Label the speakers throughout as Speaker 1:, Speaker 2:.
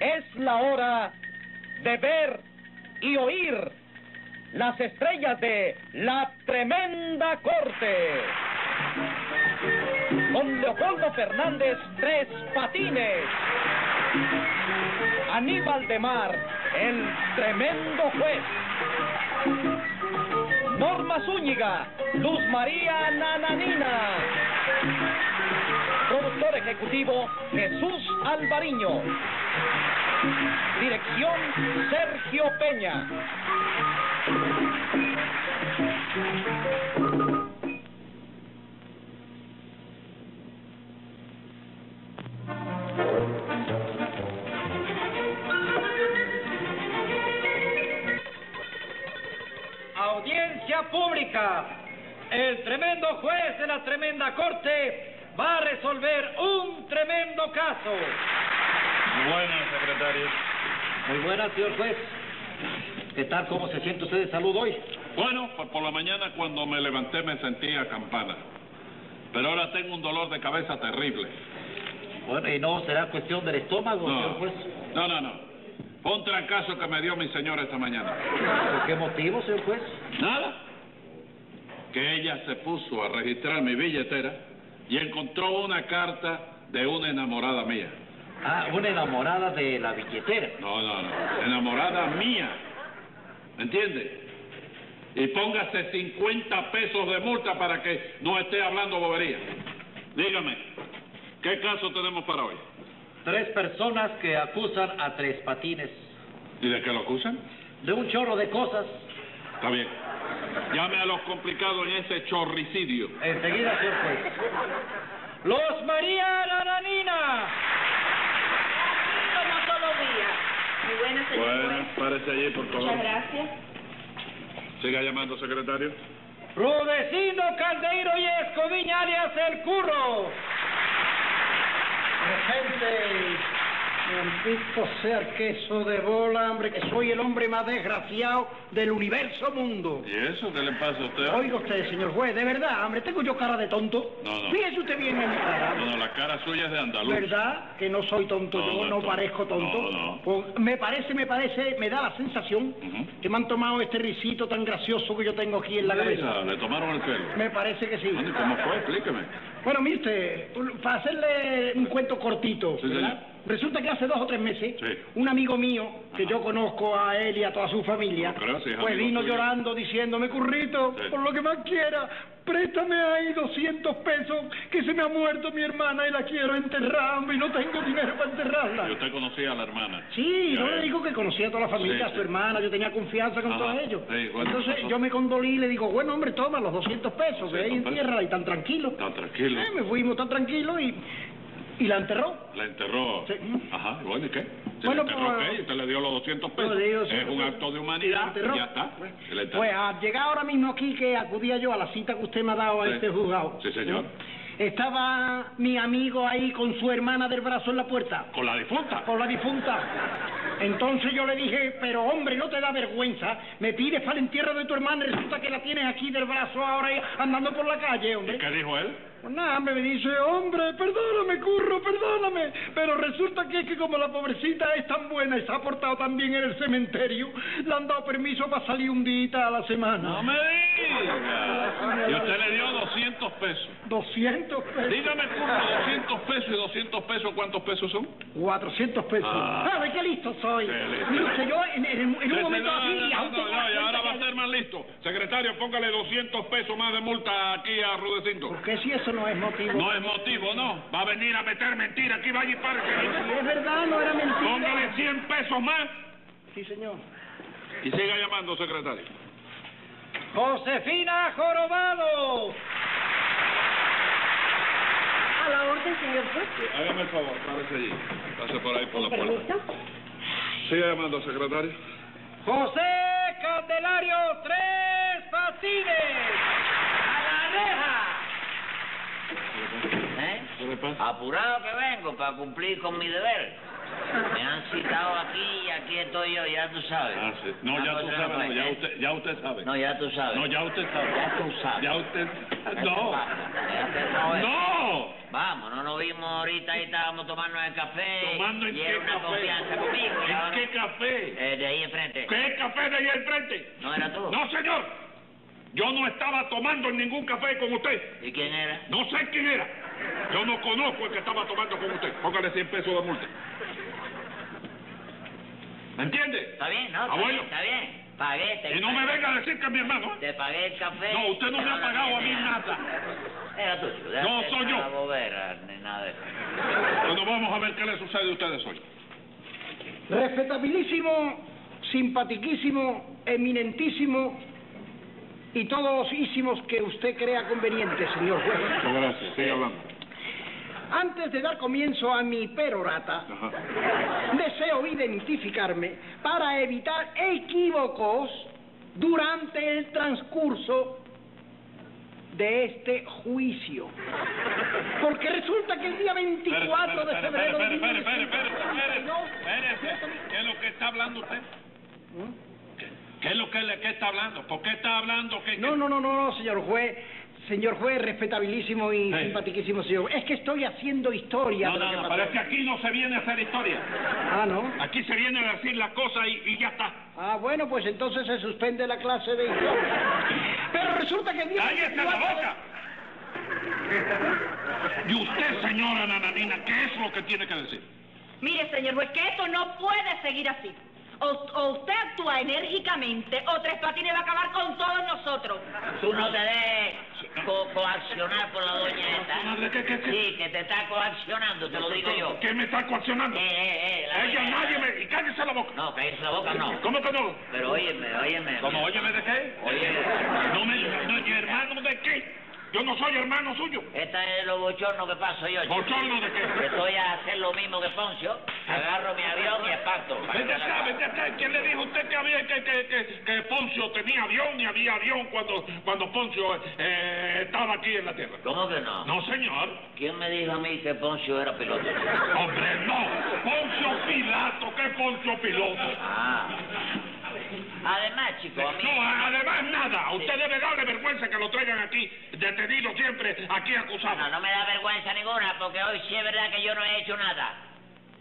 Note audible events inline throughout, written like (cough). Speaker 1: Es la hora de ver y oír las estrellas de la tremenda corte. Con Leopoldo Fernández, tres patines. Aníbal de Mar, el tremendo juez. Norma Zúñiga, Luz María Nananina. Productor ejecutivo Jesús Alvariño. Dirección Sergio Peña.
Speaker 2: Audiencia pública. El tremendo juez de la tremenda corte va a resolver un tremendo caso.
Speaker 3: Buenas, secretario.
Speaker 2: Muy buenas, señor juez. ¿Qué tal? ¿Cómo se siente usted de salud hoy?
Speaker 3: Bueno, pues por la mañana cuando me levanté me sentía campana. Pero ahora tengo un dolor de cabeza terrible.
Speaker 2: Bueno, y no será cuestión del estómago, señor
Speaker 3: No,
Speaker 4: pues?
Speaker 2: juez.
Speaker 3: no, no. no. Fue un trancazo que me dio mi señora esta mañana.
Speaker 2: ¿Por qué motivo, señor juez?
Speaker 3: ¿Nada? Que ella se puso a registrar mi billetera y encontró una carta de una enamorada mía.
Speaker 2: Ah, una enamorada de la billetera.
Speaker 3: No, no, no. Enamorada mía. ¿Me entiende? Y póngase 50 pesos de multa para que no esté hablando bobería. Dígame, ¿qué caso tenemos para hoy?
Speaker 2: Tres personas que acusan a Tres Patines
Speaker 3: ¿Y de qué lo acusan?
Speaker 2: de un chorro de cosas.
Speaker 3: Está bien. Llame a los complicados en ese chorricidio.
Speaker 2: Enseguida, señor juez. Los María Nananina.
Speaker 5: Como todos los días. Muy buenas, señor
Speaker 3: Bueno, pues,
Speaker 5: juez.
Speaker 3: párese allí, por favor.
Speaker 5: Muchas gracias.
Speaker 3: Siga llamando, secretario.
Speaker 2: Rudecindo Caldeiro y Escoviña alias El Curro.
Speaker 6: Presente. Maldito sea queso de bola, hombre, que soy el hombre más desgraciado del universo mundo.
Speaker 3: ¿Y eso qué le pasa a usted?
Speaker 6: Oiga usted, señor juez, de verdad, hombre, tengo yo cara de tonto.
Speaker 3: No, no.
Speaker 6: Fíjese usted bien en mi cara.
Speaker 3: No, no, la cara suya es de andaluz.
Speaker 6: ¿Verdad que no soy tonto?
Speaker 3: No,
Speaker 6: yo
Speaker 3: no,
Speaker 6: no
Speaker 3: no.
Speaker 6: parezco tonto.
Speaker 3: No, no.
Speaker 6: Pues, me parece, me parece, me da la sensación
Speaker 3: Ujú.
Speaker 6: que me han tomado este risito tan gracioso que yo tengo aquí en la cabeza.
Speaker 3: Esa, Ah, Le tomaron el pelo.
Speaker 6: Me parece que sí.
Speaker 3: ¿Dónde y ¿Cómo fue? Explíqueme.
Speaker 6: Bueno, mire usted, un- para hacerle un cuento cortito,
Speaker 3: Sí,
Speaker 6: ¿verdad?
Speaker 3: señor.
Speaker 6: resulta que hace dos o tres meses,
Speaker 3: Sí.
Speaker 6: un amigo mío, que
Speaker 3: Ajá.
Speaker 6: yo conozco a él y a toda su familia,
Speaker 3: No creo, si es
Speaker 6: pues
Speaker 3: amigo
Speaker 6: vino
Speaker 3: tuyo.
Speaker 6: llorando diciéndome, Currito,
Speaker 3: Sí.
Speaker 6: por lo que más quiera, préstame ahí 200 pesos, que se me ha muerto mi hermana y la quiero enterrar, hombre, y no tengo dinero para enterrarla.
Speaker 3: Y usted conocía a la hermana.
Speaker 6: Sí,
Speaker 3: Y a
Speaker 6: yo le
Speaker 3: él.
Speaker 6: digo que conocía a toda la familia,
Speaker 3: Sí,
Speaker 6: a su
Speaker 3: sí.
Speaker 6: hermana, yo tenía confianza con
Speaker 3: Ajá,
Speaker 6: todos ellos.
Speaker 3: sí, bueno, pues
Speaker 6: Entonces
Speaker 3: pasó.
Speaker 6: yo me condolí y le digo, bueno, hombre, toma los 200 pesos, ve ahí
Speaker 3: 200 pesos.
Speaker 6: entierra y tan tranquilo.
Speaker 3: Tan tranquilo.
Speaker 6: Eh, me fuimos tan tranquilo y, y la enterró.
Speaker 3: La enterró.
Speaker 6: Sí.
Speaker 3: Ajá, y bueno, ¿y qué? Se
Speaker 6: Bueno,
Speaker 3: le enterró,
Speaker 6: pues,
Speaker 3: ¿qué? Y usted le dio los 200 pesos.
Speaker 6: Yo le digo, sí,
Speaker 3: es un
Speaker 6: sí.
Speaker 3: acto de
Speaker 6: Y la
Speaker 3: humanidad.
Speaker 6: enterró.
Speaker 3: y ya está. Se le enterró.
Speaker 6: Pues al llegar ahora mismo aquí, que acudía yo a la cita que usted me ha dado a
Speaker 3: Sí.
Speaker 6: este juzgado.
Speaker 3: Sí, señor.
Speaker 6: Estaba mi amigo ahí con su hermana del brazo en la puerta,
Speaker 3: Con la difunta.
Speaker 6: con la difunta. Entonces yo le dije, pero hombre, no te da vergüenza, me pides para el entierro de tu hermana y resulta que la tienes aquí del brazo ahora y andando por la calle, hombre.
Speaker 3: ¿Y qué dijo él?
Speaker 6: Pues nada, me dice, hombre, perdóname, curro, perdóname. Pero resulta que es que como la pobrecita es tan buena y se ha portado tan bien en el cementerio, le han dado permiso para salir un día a la
Speaker 3: No
Speaker 6: semana.
Speaker 3: me diga. Y usted le dio 200 pesos.
Speaker 6: 200 pesos.
Speaker 3: Dígame, curro, 200 pesos y 200 pesos, ¿cuántos pesos son?
Speaker 6: 400 pesos.
Speaker 3: Ah.
Speaker 6: Ah, ¿de qué listo soy?
Speaker 3: Qué listo.
Speaker 6: Mire usted, yo en, en- en un
Speaker 3: Ese
Speaker 6: momento
Speaker 3: no,
Speaker 6: así...
Speaker 3: no,
Speaker 6: y
Speaker 3: no,
Speaker 6: aún
Speaker 3: no,
Speaker 6: tengo la
Speaker 3: no, y ahora
Speaker 6: cuenta
Speaker 3: va a
Speaker 6: que-
Speaker 3: ser más listo. Secretario, póngale 200 pesos más de multa aquí a Rudecindo.
Speaker 6: Porque si eso no es motivo...
Speaker 3: No es motivo, no. Va a venir a meter mentira aquí, vaya y
Speaker 6: Si es
Speaker 3: parque.
Speaker 6: verdad, no era mentira.
Speaker 3: Póngale 100 pesos más
Speaker 6: Sí, señor.
Speaker 3: y siga llamando, secretario.
Speaker 2: Josefina Jorobado.
Speaker 5: A la orden, señor juez.
Speaker 3: Hágame el favor, párese allí. Pase por ahí por la
Speaker 5: Con
Speaker 3: puerta.
Speaker 5: permiso.
Speaker 3: Siga llamando, secretario.
Speaker 2: José Candelario Tres Patines. A la reja.
Speaker 4: ¿Eh?
Speaker 3: ¿Qué le pasa?
Speaker 4: Apurado que vengo para cumplir con mi deber. Me han citado aquí y aquí estoy yo, ya tú sabes.
Speaker 3: Ah, sí. No, ya
Speaker 4: Una
Speaker 3: tú
Speaker 4: cosa
Speaker 3: sabes, no,
Speaker 4: puede
Speaker 3: ya
Speaker 4: ser.
Speaker 3: usted, ya usted sabe.
Speaker 4: No, ya tú sabes.
Speaker 3: No, ya usted sabe.
Speaker 4: Ya tú sabes.
Speaker 3: Ya usted...
Speaker 4: Ya te
Speaker 3: No.
Speaker 4: pasa, ya te sabes.
Speaker 3: ¡No!
Speaker 4: Vamos, no nos vimos ahorita, ahí estábamos tomando el café.
Speaker 3: ¿Tomando en
Speaker 4: y
Speaker 3: qué
Speaker 4: era Eh, una
Speaker 3: café?
Speaker 4: confianza conmigo. y
Speaker 3: ¿En
Speaker 4: ahora-
Speaker 3: qué café?
Speaker 4: Eh, de ahí enfrente.
Speaker 3: ¿Qué café de ahí al frente?
Speaker 4: ¿No era tú?
Speaker 3: No, señor. Yo no estaba tomando en ningún café con usted.
Speaker 4: ¿Y quién era?
Speaker 3: No sé quién era. Yo no conozco el que estaba tomando con usted. Póngale 100 pesos de multa. ¿Me entiende?
Speaker 4: ¿Está bien? No, está
Speaker 3: Abuelo.
Speaker 4: bien, está bien. Pagué, te
Speaker 3: Y no me
Speaker 4: pagué.
Speaker 3: venga a decir que es mi hermano. ¿eh?
Speaker 4: Te pagué el café.
Speaker 3: No, usted no me ha
Speaker 4: la
Speaker 3: pagado a mí
Speaker 4: tiene.
Speaker 3: nada.
Speaker 4: Era tuyo.
Speaker 3: No,
Speaker 4: déjate
Speaker 3: soy yo.
Speaker 4: esa bobera, ni nada de eso.
Speaker 3: Bueno, vamos a ver qué le sucede a ustedes hoy.
Speaker 6: Respetabilísimo, simpatiquísimo, eminentísimo y todos los ísimos que usted crea conveniente, señor juez.
Speaker 3: Muchas gracias. Sigue hablando.
Speaker 6: Antes de dar comienzo a mi perorata,
Speaker 3: Ajá.
Speaker 6: deseo identificarme para evitar equívocos durante el transcurso de este juicio. Porque resulta que el día 24 de febrero...
Speaker 3: Espere,
Speaker 6: de
Speaker 3: espere, espere, espere, espere, espere,
Speaker 6: 1952,
Speaker 3: espere, espere. ¿Qué es lo que está hablando usted? ¿Qué, qué es lo que le- qué está hablando? ¿Por qué está hablando? ¿Qué,
Speaker 6: No, no, no, no, no, señor juez. Señor juez, respetabilísimo y
Speaker 3: Sí.
Speaker 6: simpatiquísimo señor. Es que estoy haciendo historia.
Speaker 3: No,
Speaker 6: de lo
Speaker 3: no,
Speaker 6: que
Speaker 3: no,
Speaker 6: pasó.
Speaker 3: pero es que aquí no se viene a hacer historia.
Speaker 6: Ah, ¿no?
Speaker 3: Aquí se viene a decir las cosas y, y ya está.
Speaker 6: Ah, bueno, pues entonces se suspende la clase de historia.
Speaker 3: (laughs)
Speaker 6: Pero resulta que el día
Speaker 3: ¡Cállese la
Speaker 6: 24 de-
Speaker 3: boca! Y usted, señora Nananina, ¿qué es lo que tiene que decir?
Speaker 5: Mire, señor juez, que esto no puede seguir así. O, o usted actúa enérgicamente o Tres Patines va a acabar con todos nosotros.
Speaker 4: Tú no te dejes co- coaccionar por la doña
Speaker 3: ¿Coaccionar de
Speaker 4: esta. ¿eh?
Speaker 3: qué, qué, qué?
Speaker 4: Sí, que te está coaccionando, te lo digo yo.
Speaker 3: ¿Qué me está coaccionando?
Speaker 4: Eh, eh, eh, la
Speaker 3: Ella,
Speaker 4: doña-
Speaker 3: nadie me... Y cállese la boca.
Speaker 4: No, cállese la boca, no.
Speaker 3: ¿Cómo que no?
Speaker 4: Pero óyeme, óyeme.
Speaker 3: ¿Cómo?
Speaker 4: mira.
Speaker 3: Óyeme de qué?
Speaker 4: Oye.
Speaker 3: No me digas, no, ¿y hermano de qué? Yo no soy hermano suyo.
Speaker 4: Esta es lo bochorno que paso yo. chico.
Speaker 3: ¿Bochorno de
Speaker 4: Que
Speaker 3: qué?
Speaker 4: Estoy a hacer lo mismo que Poncio. Agarro mi avión y espanto.
Speaker 3: Vete acá, vete acá. ¿Quién le dijo a usted que había que, que, que, que Poncio tenía avión y había avión cuando, cuando Poncio eh, estaba aquí en la tierra?
Speaker 4: ¿Cómo que no?
Speaker 3: No, señor.
Speaker 4: ¿Quién me dijo a mí que Poncio era piloto?
Speaker 3: Hombre, no. Poncio Pilato, ¿qué Poncio Piloto?
Speaker 4: Ah. Además, chico, a mí...
Speaker 3: No, a- además nada. A usted debe darle vergüenza que lo traigan aquí, detenido siempre, aquí
Speaker 4: No,
Speaker 3: acusado.
Speaker 4: no me da vergüenza ninguna, porque hoy sí es verdad que yo no he hecho nada.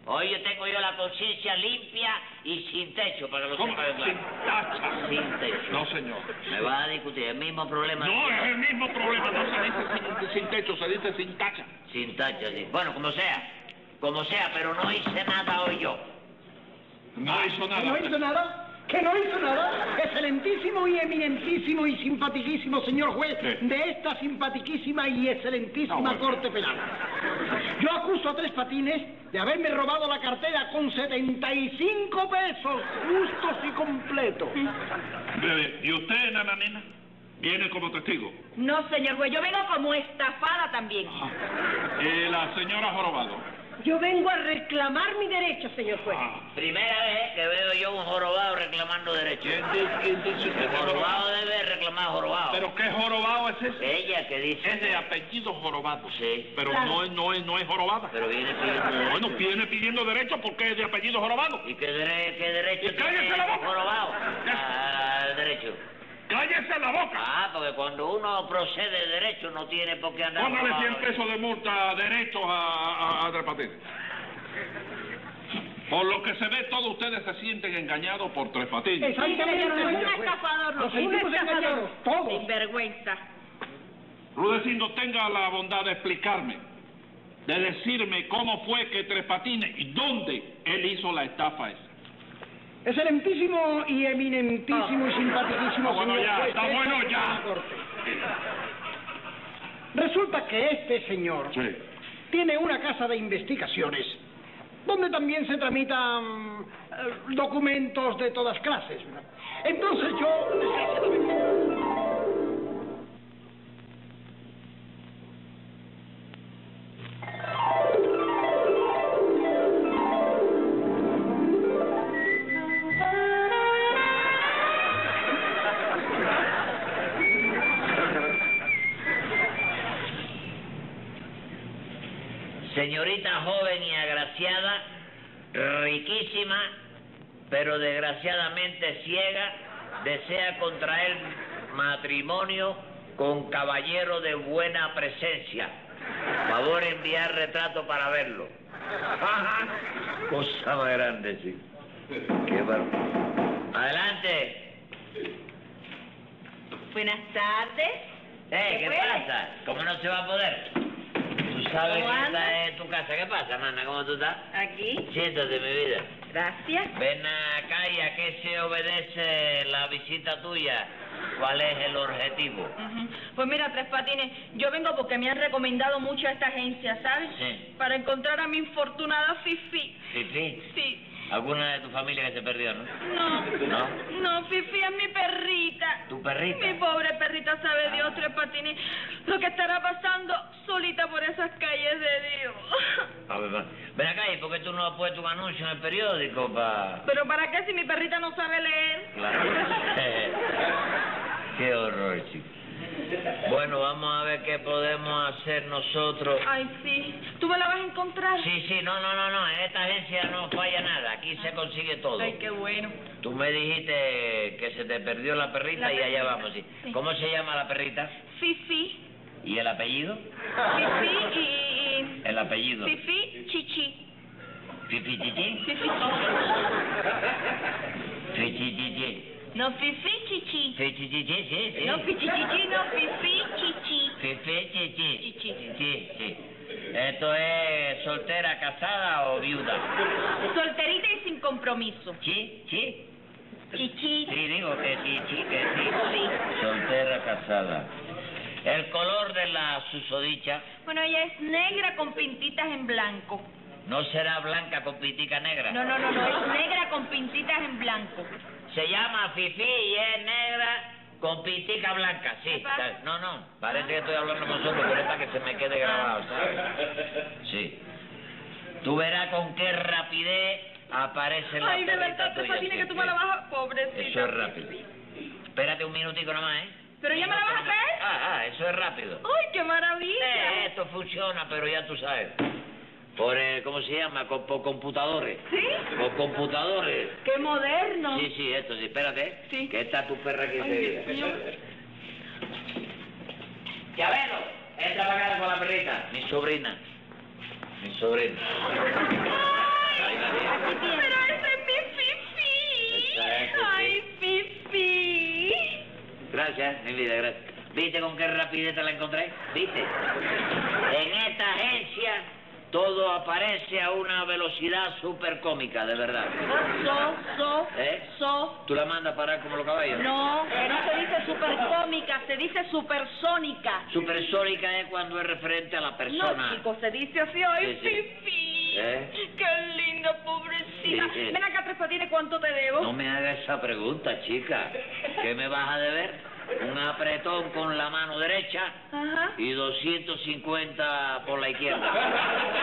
Speaker 4: Hoy yo tengo yo la conciencia limpia y sin techo, para que lo
Speaker 3: ¿Cómo?
Speaker 4: sepa bien
Speaker 3: Sin
Speaker 4: claro.
Speaker 3: tacha.
Speaker 4: Sin techo.
Speaker 3: No, señor.
Speaker 4: Me va a discutir el mismo problema.
Speaker 3: No, eh. es el mismo problema. No se dice
Speaker 4: (laughs)
Speaker 3: sin, sin techo, se dice sin tacha.
Speaker 4: Sin tacho, sí. Bueno, como sea. Como sea, pero no hice nada hoy yo.
Speaker 3: No hizo
Speaker 6: ¿Que no hizo
Speaker 3: nada.
Speaker 6: nada? ¿Que no hizo nada? Excelentísimo y eminentísimo y simpatiquísimo señor juez
Speaker 3: Sí.
Speaker 6: de esta simpatiquísima y excelentísima
Speaker 3: Ah, bueno.
Speaker 6: Corte Penal. Yo acuso a Tres Patines de haberme robado la cartera con 75 pesos justos y completos.
Speaker 3: Bebé, ¿y usted, nananina? Viene como testigo.
Speaker 5: No, señor juez, yo vengo como estafada también.
Speaker 4: Ah.
Speaker 3: Eh, la señora Jorobado.
Speaker 7: Yo vengo a reclamar mi derecho, señor juez.
Speaker 3: Ah,
Speaker 4: Primera vez que veo yo un jorobado reclamando derechos.
Speaker 3: ¿quién di- quién dice que
Speaker 4: El
Speaker 3: jorobado?
Speaker 4: jorobado Eh. debe reclamar jorobado.
Speaker 3: ¿Pero Este qué jorobado es ese?
Speaker 4: Ella que dice...
Speaker 3: Es de apellido jorobado.
Speaker 4: Sí.
Speaker 3: Pero no, es, no, es, no es jorobada.
Speaker 4: Pero viene pidiendo derechos.
Speaker 3: Bueno, viene pidiendo derecho porque es de apellido jorobado.
Speaker 4: ¿Y qué, dere- qué derecho
Speaker 3: Y cállese la boca.
Speaker 4: jorobado
Speaker 3: Ya.
Speaker 4: a- al derecho?
Speaker 3: ¡Cállese la boca!
Speaker 4: Ah, porque cuando uno procede de derecho no tiene por qué andar...
Speaker 3: Póngale
Speaker 4: jorobado.
Speaker 3: 100 pesos de multa derecho a, a, a Tres Patines. Por lo que se ve, todos ustedes se sienten engañados por Tres Patines.
Speaker 6: Exactamente,
Speaker 5: Sí, señor,
Speaker 6: señor
Speaker 5: un
Speaker 6: juez.
Speaker 5: estafador,
Speaker 6: Nos
Speaker 5: un
Speaker 6: sentimos
Speaker 5: estafador.
Speaker 6: engañados, todos.
Speaker 5: Sinvergüenza.
Speaker 3: Rudecindo, tenga la bondad de explicarme, de decirme cómo fue que Tres Patines y dónde él hizo la estafa esa.
Speaker 6: Excelentísimo y eminentísimo y simpatiquísimo
Speaker 3: Ah, bueno,
Speaker 6: señor
Speaker 3: ya,
Speaker 6: juez.
Speaker 3: está
Speaker 6: de esta
Speaker 3: bueno, ya.
Speaker 6: Corte. Resulta que este señor
Speaker 3: Sí.
Speaker 6: tiene una casa de investigaciones donde también se tramitan eh, documentos de todas clases. ¿verdad? Entonces yo...
Speaker 4: Señorita joven y agraciada, riquísima, pero desgraciadamente ciega, desea contraer matrimonio con caballero de buena presencia. Favor enviar retrato para verlo. Cosa más grande, sí. Qué bárbaro. Adelante.
Speaker 5: Buenas tardes.
Speaker 4: Eh,
Speaker 5: ¿Se
Speaker 4: ¿qué
Speaker 5: puede?
Speaker 4: pasa? ¿Cómo no se va a poder? Tú sabes
Speaker 5: ¿Cómo
Speaker 4: que esta
Speaker 5: anda?
Speaker 4: es tu casa. ¿Qué pasa, nana? ¿Cómo tú estás?
Speaker 5: Aquí.
Speaker 4: Siéntate, mi vida.
Speaker 5: Gracias.
Speaker 4: Ven acá y a qué se obedece la visita tuya. ¿Cuál es el objetivo?
Speaker 5: Ujú. Pues mira, Tres Patines, yo vengo porque me han recomendado mucho a esta agencia, ¿sabes?
Speaker 4: Sí.
Speaker 5: Para encontrar a mi infortunada Fifi.
Speaker 4: Fifi,
Speaker 5: Sí.
Speaker 4: alguna de tu familia que se perdió, ¿no?
Speaker 5: No.
Speaker 4: ¿No?
Speaker 5: No, Fifi es mi perrita.
Speaker 4: ¿Tu perrita?
Speaker 5: Mi pobre perrita, sabe
Speaker 4: Ah.
Speaker 5: Dios, Tres Patines, lo que estará pasando solita por esas calles de Dios. (laughs)
Speaker 4: A ver, va. ven acá, ¿y por qué tú no has puesto un anuncio en el periódico para...?
Speaker 5: Pero ¿para qué si mi perrita no sabe leer?
Speaker 4: qué horror, chico. Bueno, vamos a ver qué podemos hacer nosotros.
Speaker 5: Ay, sí. (laughs) ¿Tú me la vas a encontrar?
Speaker 4: Sí, sí, no, no, no, no, en esta agencia no falla nada, aquí se consigue todo.
Speaker 5: Ay, qué bueno.
Speaker 4: Tú me dijiste que se te perdió la perrita
Speaker 5: La
Speaker 4: y allá
Speaker 5: perrita,
Speaker 4: vamos, sí.
Speaker 5: sí.
Speaker 4: ¿Cómo se llama la perrita?
Speaker 5: Fifi.
Speaker 4: ¿Y el apellido?
Speaker 5: Fifi y...
Speaker 4: El apellido.
Speaker 5: y- Fifi, Chichi.
Speaker 4: Fifi Chichi.
Speaker 5: Fifi, Chichi.
Speaker 4: Fifi Chichi.
Speaker 5: No, Fifi, Chichi.
Speaker 4: Fifi Chichi, sí, sí.
Speaker 5: No, Fifi, Chichi, no, Fifi, Chichi.
Speaker 4: Fifi Chichi.
Speaker 5: Chichi.
Speaker 4: Sí, sí. ¿Esto es soltera, casada o viuda?
Speaker 5: Solterita y sin compromiso.
Speaker 4: Sí, sí.
Speaker 5: Chichi.
Speaker 4: Sí, digo que sí, sí, que sí.
Speaker 5: Sí.
Speaker 4: Soltera, casada. El color de la susodicha
Speaker 5: Bueno, ella es negra con pintitas en blanco.
Speaker 4: no será blanca con pitica negra.
Speaker 5: No, no, no, no, es negra con pintitas en blanco.
Speaker 4: Se llama Fifi y es negra con pitica blanca, sí.
Speaker 5: ¿Qué pasa?
Speaker 4: está- No, no, parece que estoy hablando con nosotros, pero es para que se me quede grabado, ¿sabes? Sí. Tú verás con qué rapidez aparece la
Speaker 5: Ay, de verdad,
Speaker 4: perrita
Speaker 5: te
Speaker 4: tuya,
Speaker 5: tiene
Speaker 4: sí,
Speaker 5: que tú me
Speaker 4: sí.
Speaker 5: la vas a... Pobrecita.
Speaker 4: Eso es rápido. Espérate un minutico nomás, ¿eh?
Speaker 5: ¿Pero ya me la vas a traer?
Speaker 4: Ah, ah, eso es rápido.
Speaker 5: ¡Ay, qué maravilla!
Speaker 4: Eh, esto funciona, pero ya tú sabes. Por, eh, ¿cómo se llama? Con, por computadores.
Speaker 5: ¿Sí?
Speaker 4: Por computadores.
Speaker 5: ¡Qué moderno!
Speaker 4: Sí, sí, esto sí. Espérate, ¿eh?
Speaker 5: Sí.
Speaker 4: Que está tu perra aquí
Speaker 5: Ay,
Speaker 4: enseguida.
Speaker 5: Dios mío.
Speaker 4: Chabelo, entra para acá con la perrita. Mi sobrina. Mi sobrina. Ay, María.
Speaker 5: Pero esa es mi Fifi.
Speaker 4: Exacto, sí.
Speaker 5: Ay, Fifi.
Speaker 4: Gracias, mi vida, gracias. ¿Viste con qué rapidez te la encontré? ¿Viste? En esta agencia todo aparece a una velocidad súper cómica, de verdad.
Speaker 5: So, so,
Speaker 4: ¿Eh?
Speaker 5: so.
Speaker 4: ¿Tú la mandas a parar como los caballos?
Speaker 5: No, que no se dice supercómica, se dice supersónica.
Speaker 4: Supersónica es cuando es referente a la persona.
Speaker 5: No, chicos, se dice así. Ay,
Speaker 4: Sí, sí.
Speaker 5: Fifi.
Speaker 4: ¿Eh?
Speaker 5: Qué linda, pobrecita.
Speaker 4: Sí, sí.
Speaker 5: Ven acá, Tres Patines, ¿cuánto te debo?
Speaker 4: No me hagas esa pregunta, chica. ¿Qué me vas a deber? Un apretón con la mano derecha
Speaker 5: Ajá.
Speaker 4: y 250 por la izquierda.
Speaker 5: (laughs)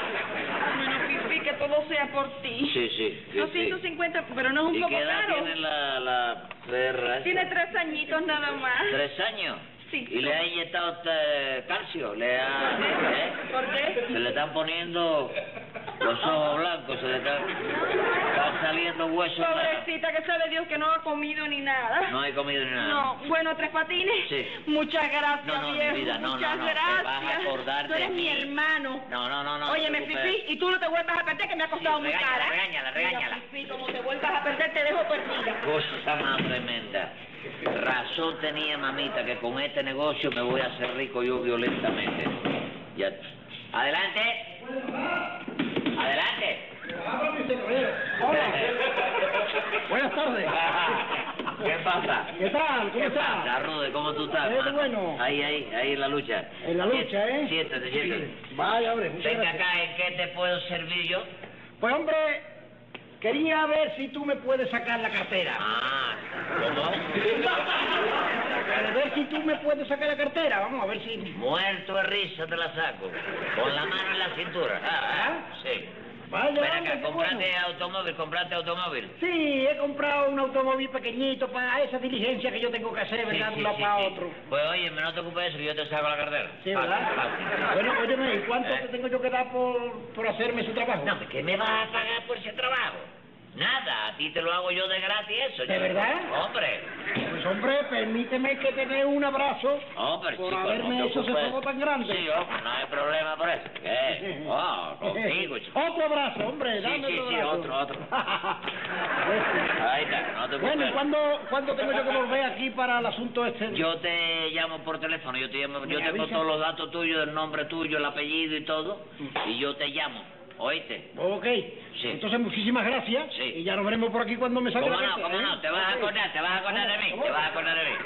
Speaker 5: Bueno, Fifi, que todo sea por ti.
Speaker 4: Sí, sí. sí, sí.
Speaker 5: 250, pero no es un
Speaker 4: ¿Y
Speaker 5: poco
Speaker 4: qué edad
Speaker 5: caro.
Speaker 4: tiene la, la perra? esa?
Speaker 5: Tiene tres añitos nada más.
Speaker 4: ¿Tres años?
Speaker 5: Sí.
Speaker 4: ¿Y le ha inyectado eh, calcio? ¿Le
Speaker 5: (laughs)
Speaker 4: ha...? ¿eh?
Speaker 5: ¿Por qué?
Speaker 4: Se le están poniendo los ojos blancos, se le están, están saliendo huesos.
Speaker 5: Pobrecita, que sabe Dios que no ha comido ni nada.
Speaker 4: No hay comido ni nada.
Speaker 5: No, bueno, Tres Patines,
Speaker 4: Sí.
Speaker 5: muchas gracias,
Speaker 4: No, no, mi
Speaker 5: viejo,
Speaker 4: vida, no, no,
Speaker 5: muchas
Speaker 4: no, te vas a
Speaker 5: gracias.
Speaker 4: acordar
Speaker 5: Tú
Speaker 4: de
Speaker 5: eres
Speaker 4: mí.
Speaker 5: mi hermano.
Speaker 4: No, no, no, no.
Speaker 5: Oye, me
Speaker 4: te preocupes.
Speaker 5: Fifi, y tú no te vuelvas a perder, que me ha costado
Speaker 4: Sí,
Speaker 5: muy
Speaker 4: regáñala,
Speaker 5: cara.
Speaker 4: regáñala, regáñala.
Speaker 5: Mira, Fifi, como te vuelvas a perder, te dejo perdida.
Speaker 4: Cosa más tremenda. Razón tenía mamita que con este negocio me voy a hacer rico yo violentamente. Ya. Adelante. Adelante.
Speaker 6: Buenas tardes.
Speaker 4: ¿Qué pasa?
Speaker 6: ¿Qué tal? ¿Cómo
Speaker 4: ¿Qué
Speaker 6: estás?
Speaker 4: pasa, Rude? ¿Cómo tú estás?
Speaker 6: Eh,
Speaker 4: mano?
Speaker 6: bueno.
Speaker 4: Ahí, ahí, ahí en la lucha.
Speaker 6: En la lucha, ¿eh?
Speaker 4: Siéntate, siéntate.
Speaker 6: Vaya, hombre, muchas
Speaker 4: Venga
Speaker 6: gracias.
Speaker 4: acá, ¿en qué te puedo servir yo?
Speaker 6: Pues, hombre, quería ver si tú me puedes sacar la cartera.
Speaker 4: Ah, ¿cómo?
Speaker 6: A ver si tú me puedes sacar la cartera. Vamos a ver si...
Speaker 4: Muerto de risa te la saco. Con la mano en la cintura. Ah, ah, sí.
Speaker 6: Vaya,
Speaker 4: Ven
Speaker 6: hombre,
Speaker 4: acá,
Speaker 6: qué
Speaker 4: comprate
Speaker 6: bueno.
Speaker 4: automóvil, comprate automóvil.
Speaker 6: Sí, he comprado un automóvil pequeñito para esa diligencia que yo tengo que hacer, ¿verdad? De un lado para otro.
Speaker 4: Pues oye, no te ocupes de eso, que yo te saco la cartera.
Speaker 6: Sí,
Speaker 4: Fácil,
Speaker 6: ¿verdad?
Speaker 4: fácil.
Speaker 6: Bueno, óyeme, ¿y cuánto
Speaker 4: Eh.
Speaker 6: te tengo yo que dar por, por hacerme su trabajo?
Speaker 4: No, ¿qué me vas a pagar por ese trabajo? Nada, ti te lo hago yo de gratis eso.
Speaker 7: ¿De
Speaker 4: chico.
Speaker 7: verdad?
Speaker 4: Hombre,
Speaker 7: Pues hombre, permíteme que te dé un abrazo
Speaker 4: hombre,
Speaker 7: por
Speaker 4: chico,
Speaker 7: haberme
Speaker 4: no te
Speaker 7: hecho ese
Speaker 4: ocupes.
Speaker 7: favor tan grande.
Speaker 4: Sí, hombre, no hay problema por eso.
Speaker 6: (laughs)
Speaker 4: ¿Qué? Oh,
Speaker 7: (laughs)
Speaker 4: contigo, chico.
Speaker 7: Otro abrazo, hombre,
Speaker 4: Sí,
Speaker 7: dame
Speaker 4: sí,
Speaker 7: otro
Speaker 4: sí,
Speaker 7: abrazo.
Speaker 4: otro,
Speaker 7: (laughs)
Speaker 4: otro. Ahí está, no te ocupes.
Speaker 7: bueno, ¿y cuándo, cuándo tengo yo que volver aquí para el asunto este?
Speaker 4: Yo te llamo por teléfono, yo te llamo, yo
Speaker 7: Me
Speaker 4: tengo
Speaker 7: avisa.
Speaker 4: todos los datos tuyos, el nombre tuyo, el apellido y todo, y yo te llamo, ¿oíste?
Speaker 7: Ok,
Speaker 4: Sí.
Speaker 7: entonces muchísimas gracias
Speaker 4: Sí.
Speaker 7: y ya nos veremos por aquí cuando me salga
Speaker 4: ¿Cómo
Speaker 7: la
Speaker 4: no?
Speaker 7: carta,
Speaker 4: ¿Cómo
Speaker 7: ¿eh?
Speaker 4: no? Te vas a
Speaker 7: Ok.
Speaker 4: acordar, te vas a acordar de mí, te vas a acordar de mí.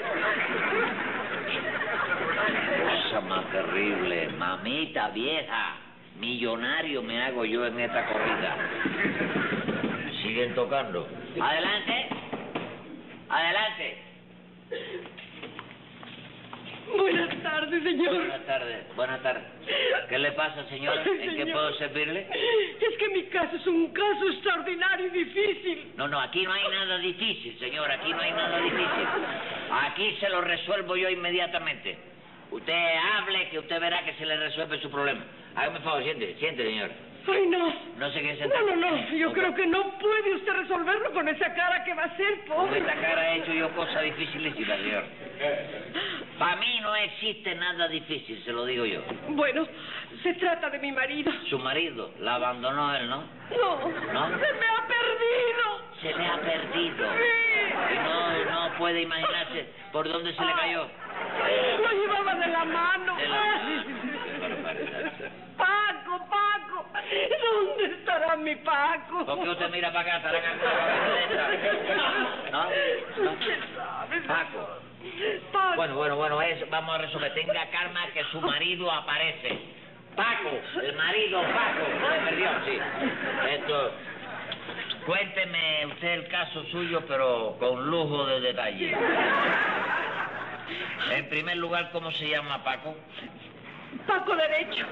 Speaker 4: Cosa más terrible, mamita vieja, millonario me hago yo en esta corrida. Siguen tocando. Adelante, adelante.
Speaker 7: Buenas tardes, señor.
Speaker 4: Buenas tardes, buenas tardes. ¿Qué le pasa, señora?
Speaker 7: Ay,
Speaker 4: ¿En qué
Speaker 7: señor.
Speaker 4: puedo servirle?
Speaker 7: Es que mi caso es un caso extraordinario y difícil.
Speaker 4: No, no, aquí no hay nada difícil, señor, aquí no hay nada difícil. Aquí se lo resuelvo yo inmediatamente. Usted hable que usted verá que se le resuelve su problema. Hágame un favor, siente, siente, señor.
Speaker 7: Ay, no.
Speaker 4: No sé qué se
Speaker 7: No, no, no. Yo
Speaker 4: Ok.
Speaker 7: creo que no puede usted resolverlo con esa cara que va a ser,
Speaker 4: Con
Speaker 7: pobre.
Speaker 4: esta cara he hecho yo cosa dificilísima, señor. Para mí no existe nada difícil, se lo digo yo.
Speaker 7: Bueno, se trata de mi marido.
Speaker 4: Su marido la abandonó él, ¿no?
Speaker 7: No,
Speaker 4: ¿No?
Speaker 7: se me ha perdido.
Speaker 4: Se le ha perdido.
Speaker 7: Sí.
Speaker 4: Y no, no puede imaginarse por dónde se le cayó.
Speaker 7: Lo llevaba de la mano.
Speaker 4: De la mano. (laughs) Qué barbaridad.
Speaker 7: Paco, Paco, ¿dónde estará mi Paco?
Speaker 4: ¿Por qué usted mira para acá? ¿Estará en alguna cabeza de esta? ¿No? ¿No?
Speaker 7: ¿Usted sabe?
Speaker 4: Paco.
Speaker 7: Paco.
Speaker 4: Bueno, bueno, bueno, eso, vamos a resolver. Tenga calma que su marido aparece. Paco, el marido Paco. Se perdió, sí. Esto... Cuénteme usted el caso suyo, pero con lujo de detalle. En primer lugar, ¿cómo se llama Paco?
Speaker 7: Paco derecho.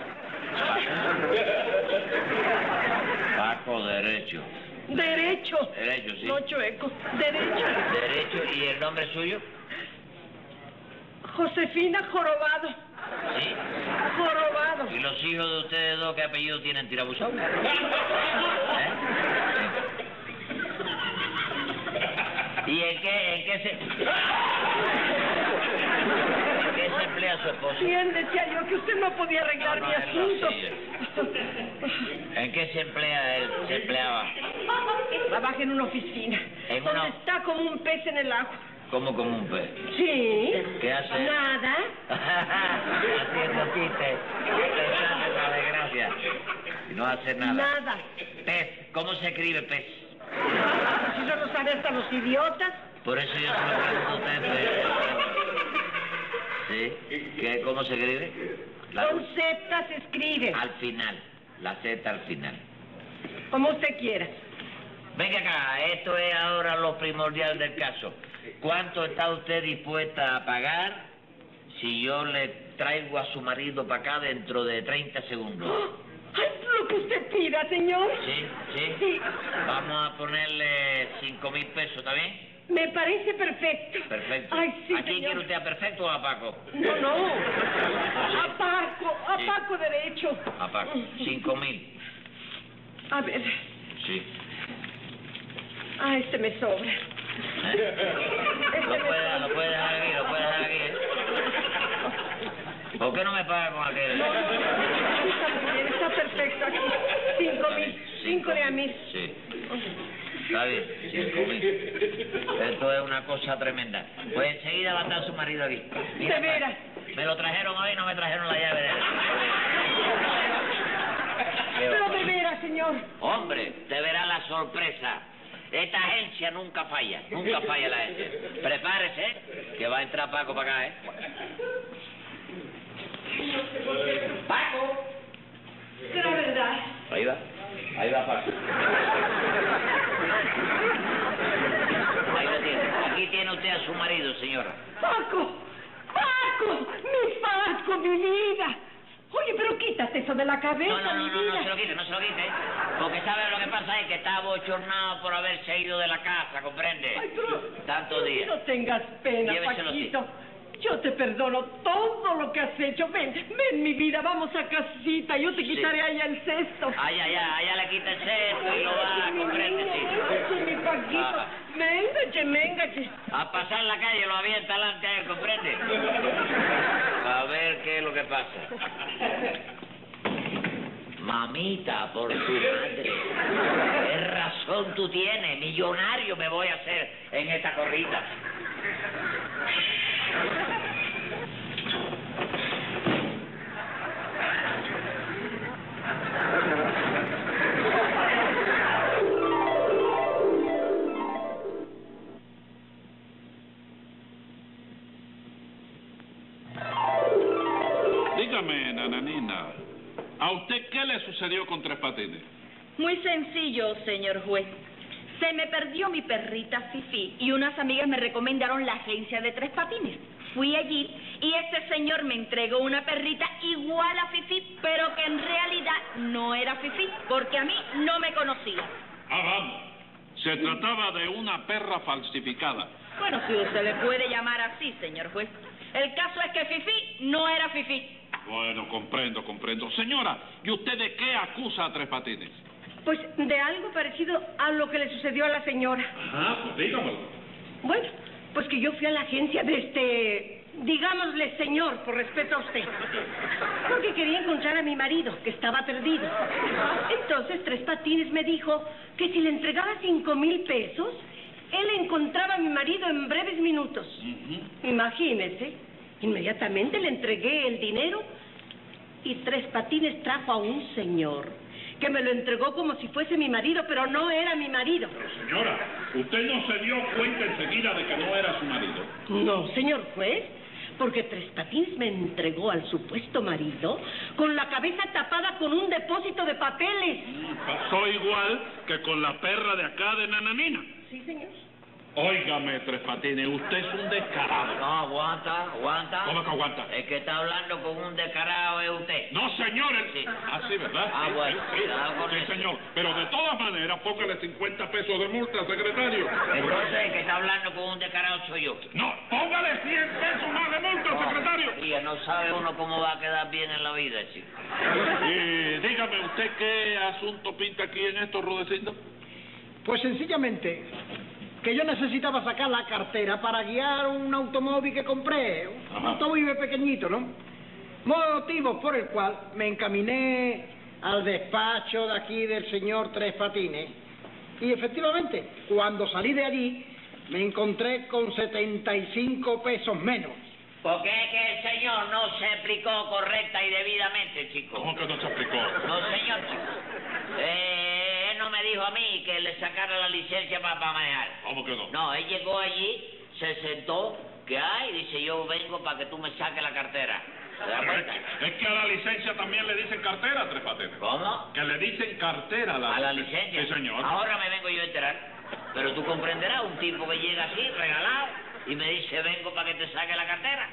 Speaker 4: Paco Derecho.
Speaker 7: Derecho.
Speaker 4: Derecho, sí.
Speaker 7: No chueco. Derecho.
Speaker 4: Derecho, ¿y el nombre suyo?
Speaker 7: Josefina Jorobado.
Speaker 4: Sí.
Speaker 7: Jorobado.
Speaker 4: ¿Y los hijos de ustedes dos qué apellido tienen tirabuzón? ¿Eh? ¿Y en qué, en qué se... ¿En qué se emplea su esposo?
Speaker 7: Bien, decía yo que usted no podía arreglar
Speaker 4: No, no,
Speaker 7: mi
Speaker 4: es lo
Speaker 7: asunto.
Speaker 4: ¿En qué se emplea él? Se empleaba.
Speaker 7: Trabaja en una oficina.
Speaker 4: En
Speaker 7: donde
Speaker 4: una-
Speaker 7: está como un pez en el agua.
Speaker 4: Como como un pez.
Speaker 7: Sí.
Speaker 4: ¿Qué hace?
Speaker 7: Nada.
Speaker 4: Haciendo chistes. Pensando en la desgracia. Y no hace nada.
Speaker 7: Nada.
Speaker 4: Pez. ¿Cómo se escribe pez?
Speaker 7: Si eso lo sabe hasta los idiotas.
Speaker 4: Por eso yo se lo pregunto a usted, pues. ¿Sí? ¿Qué, ¿Cómo se escribe? La-
Speaker 7: Con Z se escribe.
Speaker 4: al final. La Z al final.
Speaker 7: Como usted quiera.
Speaker 4: Venga acá, esto es ahora lo primordial del caso. ¿Cuánto está usted dispuesta a pagar si yo le traigo a su marido para acá dentro de 30 segundos?
Speaker 7: Ay, lo que usted pida, señor.
Speaker 4: ¿Sí? Ah, ¿Sí?
Speaker 7: Sí.
Speaker 4: Vamos a ponerle 5 mil pesos, ¿está bien?
Speaker 7: Me parece perfecto.
Speaker 4: Perfecto.
Speaker 7: Ay, sí,
Speaker 4: ¿A quién
Speaker 7: señor.
Speaker 4: quiere usted, a Perfecto o a Paco?
Speaker 7: No,
Speaker 4: (laughs)
Speaker 7: no. A Paco, a
Speaker 4: Sí.
Speaker 7: Paco derecho.
Speaker 4: A Paco. 5 mil.
Speaker 7: A ver.
Speaker 4: Sí.
Speaker 7: Ah, este me sobra. Este
Speaker 4: Lo
Speaker 7: me
Speaker 4: puede,
Speaker 7: sobra.
Speaker 4: lo puede dejar aquí, lo puede dejar aquí. ¿eh? ¿Por qué no me paga con aquel?
Speaker 7: No, no, no. Está muy bien, está perfecto aquí. Cinco
Speaker 4: Está bien,
Speaker 7: mil, cinco de a mil.
Speaker 4: Sí. Está bien, cinco mil. Esto es una cosa tremenda. Pues enseguida va a estar su marido aquí. Mira,
Speaker 7: De veras.
Speaker 4: pa- Me lo trajeron hoy, no me trajeron la llave de él.
Speaker 7: Pero de veras, señor.
Speaker 4: Hombre, te verá la sorpresa. Esta agencia nunca falla, nunca falla la agencia. Prepárese, ¿eh? que va a entrar Paco para acá, ¿eh? ¡Paco!
Speaker 7: De la verdad.
Speaker 4: Ahí va, ahí va Paco. Ahí lo tiene. Aquí tiene usted a su marido, señora.
Speaker 7: Paco, Paco, mi Paco, mi vida. Oye, pero quítate eso de la cabeza,
Speaker 4: No, no, no,
Speaker 7: mi
Speaker 4: no,
Speaker 7: vida.
Speaker 4: no se lo quite, no se lo quite. ¿eh? Porque sabe lo que pasa es que está bochornado por haberse ido de la casa,
Speaker 7: Ay,
Speaker 4: ¿comprende?
Speaker 7: pero...
Speaker 4: Tantos días.
Speaker 7: No tengas pena,
Speaker 4: Lléveselo así.
Speaker 7: Paquito. Yo te perdono todo lo que has hecho. Ven, ven, mi vida, vamos a casita. Yo te
Speaker 4: Sí.
Speaker 7: quitaré allá el cesto.
Speaker 4: Allá, allá, allá le quita el cesto y lo va,
Speaker 7: mi
Speaker 4: comprende,
Speaker 7: niño,
Speaker 4: sí. Ah,
Speaker 7: oye, mi Paquito. Paquito. Véngache, véngache.
Speaker 4: A pasar la calle lo había talante a él, ¿comprende? A ver qué es lo que pasa. Mamita, por tu madre. ¿Qué razón tú tienes? Millonario me voy a hacer en esta corrida.
Speaker 3: Dígame, nananina, ¿a usted qué le sucedió con Tres Patines?
Speaker 5: Muy sencillo, señor juez. Se me perdió mi perrita Fifi y unas amigas me recomendaron la agencia de Tres Patines. Fui allí y este señor me entregó una perrita igual a Fifi, pero que en realidad no era Fifi, porque a mí no me conocía.
Speaker 3: Ah, vamos. Se trataba de una perra falsificada.
Speaker 5: Bueno, si usted le puede llamar así, señor juez. El caso es que Fifi no era Fifi.
Speaker 3: Bueno, comprendo, comprendo. Señora, ¿y usted de qué acusa a Tres Patines?
Speaker 7: Pues de algo parecido a lo que le sucedió a la señora.
Speaker 3: Ajá, pues dígamelo.
Speaker 7: Bueno, pues que yo fui a la agencia de este... Digámosle señor, por respeto a usted. Porque quería encontrar a mi marido, que estaba perdido. Entonces Tres Patines me dijo que si le entregaba cinco mil pesos, él encontraba a mi marido en breves minutos. Imagínese, inmediatamente le entregué el dinero y Tres Patines trajo a un señor que me lo entregó como si fuese mi marido, pero no era mi marido.
Speaker 3: Señora, ¿usted no se dio cuenta enseguida de que no era su marido?
Speaker 7: No, señor juez, porque Tres Patines me entregó al supuesto marido con la cabeza tapada con un depósito de papeles.
Speaker 3: Pasó igual que con la perra de acá de Nananina.
Speaker 7: Sí, señor.
Speaker 3: Óigame, Tres Patines, usted es un descarado.
Speaker 4: No, aguanta, aguanta.
Speaker 3: ¿Cómo que aguanta?
Speaker 4: El que está hablando con un descarado es usted.
Speaker 3: No, señores.
Speaker 4: Sí.
Speaker 3: Ah, sí, ¿verdad?
Speaker 4: Ah,
Speaker 3: Sí,
Speaker 4: bueno,
Speaker 3: sí, sí.
Speaker 4: cuidado con
Speaker 3: Sí,
Speaker 4: eso.
Speaker 3: señor. Pero de todas maneras, póngale 50 pesos de multa, secretario.
Speaker 4: Entonces el que está hablando con un descarado soy yo.
Speaker 3: No, póngale 100 pesos más de multa, secretario.
Speaker 4: Y no sabe uno cómo va a quedar bien en la vida, chico.
Speaker 3: Y dígame, ¿usted qué asunto pinta aquí en esto, Rudecindo?
Speaker 8: Pues sencillamente que yo necesitaba sacar la cartera para guiar un automóvil que compré, un
Speaker 3: Ajá.
Speaker 8: automóvil pequeñito, ¿no? Motivo por el cual me encaminé al despacho de aquí del señor Tres Patines. Y efectivamente, cuando salí de allí, me encontré con 75 pesos menos.
Speaker 4: Porque es que el señor no se explicó correcta y debidamente, chico.
Speaker 3: ¿Cómo que no se explicó?
Speaker 4: No, señor, chico. Eh, él no me dijo a mí que le sacara la licencia para manejar.
Speaker 3: ¿Cómo que no?
Speaker 4: No, él llegó allí, se sentó, que hay, dice yo vengo para que tú me saques la cartera. ¿Te das cuenta?
Speaker 3: Es que a la licencia también le dicen cartera, Tres Patines.
Speaker 4: ¿Cómo?
Speaker 3: Que le dicen cartera a la,
Speaker 4: A la licencia.
Speaker 3: Sí, señor.
Speaker 4: Ahora me vengo yo a enterar. Pero tú comprenderás, un tipo que llega así, regalado, y me dice vengo para que te saque la cartera.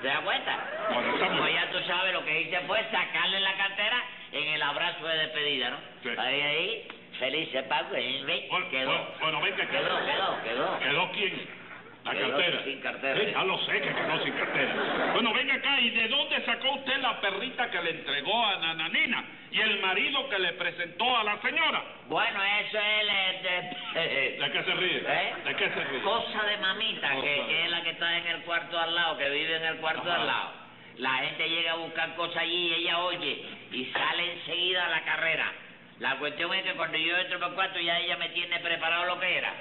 Speaker 4: ¿Te das cuenta?
Speaker 3: Bueno, está muy
Speaker 4: Pues
Speaker 3: bien.
Speaker 4: ya tú sabes, lo que hice fue sacarle la cartera en el abrazo de despedida, ¿no?
Speaker 3: Sí.
Speaker 4: Ahí, ahí, feliz se pagó, ¿eh? ¿Ve?
Speaker 3: Bueno, bueno,
Speaker 4: quedó.
Speaker 3: bueno, venga, que-
Speaker 4: Quedó, quedó, quedó.
Speaker 3: ¿Quedó quién? La
Speaker 4: Quedó
Speaker 3: cartera.
Speaker 4: sin cartera.
Speaker 3: Sí, ya lo sé que quedó sin cartera. Bueno, venga acá, ¿y de dónde sacó usted la perrita que le entregó a Nananina? Y el marido que le presentó a la señora.
Speaker 4: Bueno, eso es... eh, (laughs) el- el-
Speaker 3: ¿De qué se ríe?
Speaker 4: ¿Eh?
Speaker 3: ¿De qué se ríe?
Speaker 4: Cosa de mamita,
Speaker 3: Cosa
Speaker 4: que,
Speaker 3: de-
Speaker 4: que es la que está en el cuarto al lado, que vive en el cuarto
Speaker 3: Ajá.
Speaker 4: al lado. La gente llega a buscar cosas allí y ella oye y sale enseguida a la carrera. La cuestión es que cuando yo entro para el cuarto ya ella me tiene preparado lo que era.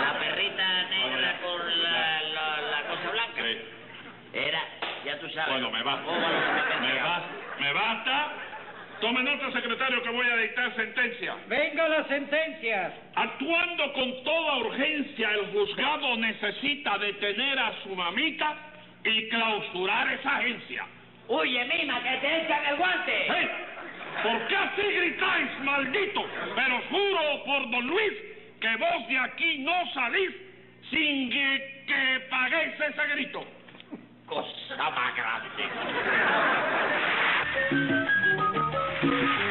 Speaker 4: La perrita negra
Speaker 3: Ahora,
Speaker 4: con la, la- la cosa blanca.
Speaker 3: Sí.
Speaker 4: Era, ya tú sabes.
Speaker 3: Bueno, me basta.
Speaker 4: Oh, bueno, que me había
Speaker 3: Me
Speaker 4: entregado.
Speaker 3: basta. Me basta. Tome nota, secretario, que voy a dictar sentencia.
Speaker 2: Venga la sentencia.
Speaker 3: Actuando con toda urgencia, el juzgado necesita detener a su mamita y clausurar esa agencia.
Speaker 4: Huye, mima, que te echan el guante.
Speaker 3: ¡Hey! ¿Por qué así gritáis, maldito? Pero juro por don Luis que vos de aquí no salís sin que, que paguéis ese grito.
Speaker 4: Cosa más grande.